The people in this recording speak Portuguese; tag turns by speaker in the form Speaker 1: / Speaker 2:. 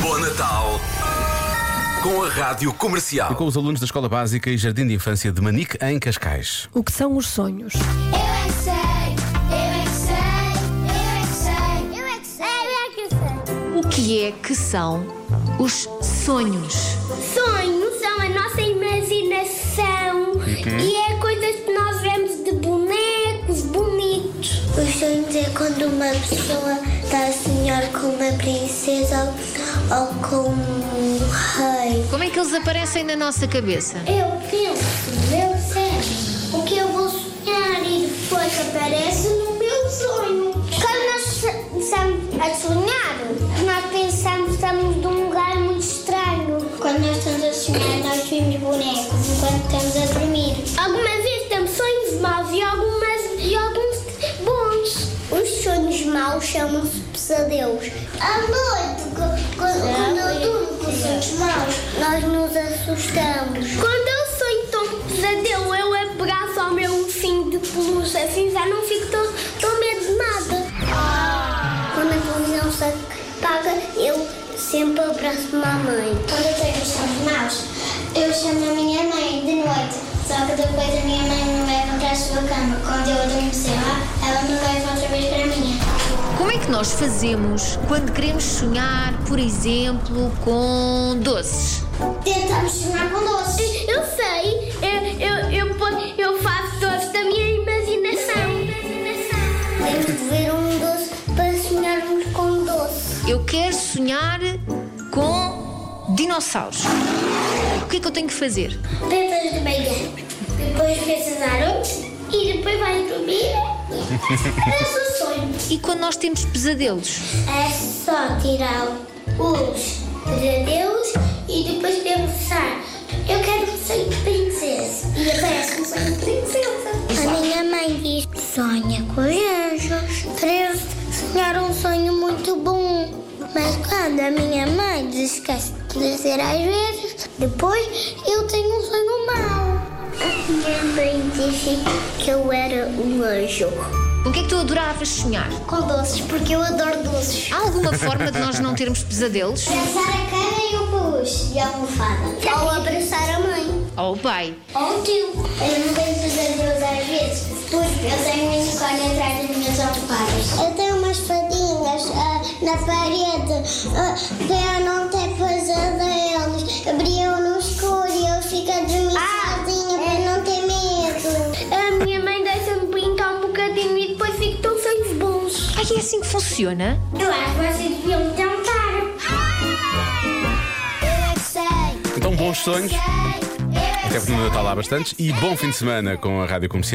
Speaker 1: Bom Natal com a Rádio Comercial.
Speaker 2: E com os alunos da Escola Básica e Jardim de Infância de Manique, em Cascais.
Speaker 3: O que são os sonhos?
Speaker 4: Eu é que sei, eu é que sei, eu é que sei, eu é que sei, eu
Speaker 5: O que é que são os sonhos?
Speaker 4: é que sei. Sonhos são a nossa imaginação e é coisas que nós vemos de bonecos bonitos. Os sonhos é quando uma pessoa está a sonhar com uma princesa ou com um rei.
Speaker 5: Como é que eles aparecem na nossa cabeça?
Speaker 4: Eu penso, eu sei o que eu vou sonhar e depois aparece no meu sonho. Quando nós se- estamos a sonhar, nós pensamos que estamos num lugar muito estranho. Quando nós estamos a sonhar, nós vimos bonecos enquanto estamos a dormir. Algumas vezes temos sonhos maus e, algumas, e alguns bons. Os sonhos maus chamam-se pesadelos. À noite, co- quando, quando eu durmo com os sonhos maus, nós nos assustamos. Quando eu sonho tão pesadelo, eu abraço ao meu fim de pelúcia, assim já não fico tão, tão medo de nada. Quando a televisão se apaga, eu sempre abraço minha mãe. Quando eu tenho sonhos maus, eu chamo a minha mãe de noite. Só que depois a minha mãe me leva para a sua cama. Quando eu adormecer lá, ela me leva outra vez para a minha.
Speaker 5: Como é que nós fazemos quando queremos sonhar, por exemplo, com doces?
Speaker 4: Tentamos sonhar com doces.
Speaker 6: Eu sei, eu, eu, eu, po- eu faço doce da minha imaginação.
Speaker 4: Temos de ver um doce para sonharmos com doce.
Speaker 5: Eu quero sonhar com dinossauros. O que é que eu tenho que fazer?
Speaker 4: Pensas de manhã, depois pensas à noite e depois vais dormir. Esse é o sonho.
Speaker 5: E quando nós temos pesadelos?
Speaker 4: É só tirar os pesadelos e depois pensar. Eu quero um sonho de princesa. E aparece um sonho de princesa. A minha mãe diz: sonha com anjos. Para eu sonhar um sonho muito bom. Mas quando a minha mãe esquece de dizer às vezes, depois eu tenho um sonho mau. A minha mãe disse que eu era um anjo.
Speaker 5: O que é que tu adoravas sonhar?
Speaker 4: Com doces, porque eu adoro doces.
Speaker 5: Há alguma forma de nós não termos pesadelos?
Speaker 4: Abraçar a cama e o peluche e a almofada. Ou abraçar a mãe.
Speaker 5: Oh, pai,
Speaker 4: Ou o tio. Eu não tenho pesadelos às vezes, porque eu tenho um unicórnio atrás das minhas almofadas. Eu tenho umas fadinhas ah, na parede. para eu não ter pesadelos. Abriam no escuro e eu fico a dormir sozinha para não ter medo.
Speaker 6: A minha mãe deixa-me brincar um bocadinho e depois fico tão sonhos bons.
Speaker 5: ai, é assim que funciona?
Speaker 4: Eu acho que vocês deviam tentar. Eu é que sei. é
Speaker 2: Então, bons sonhos. É
Speaker 4: Até
Speaker 2: Até porque no Natal há bastantes. E bom fim de semana com a Rádio Comercial.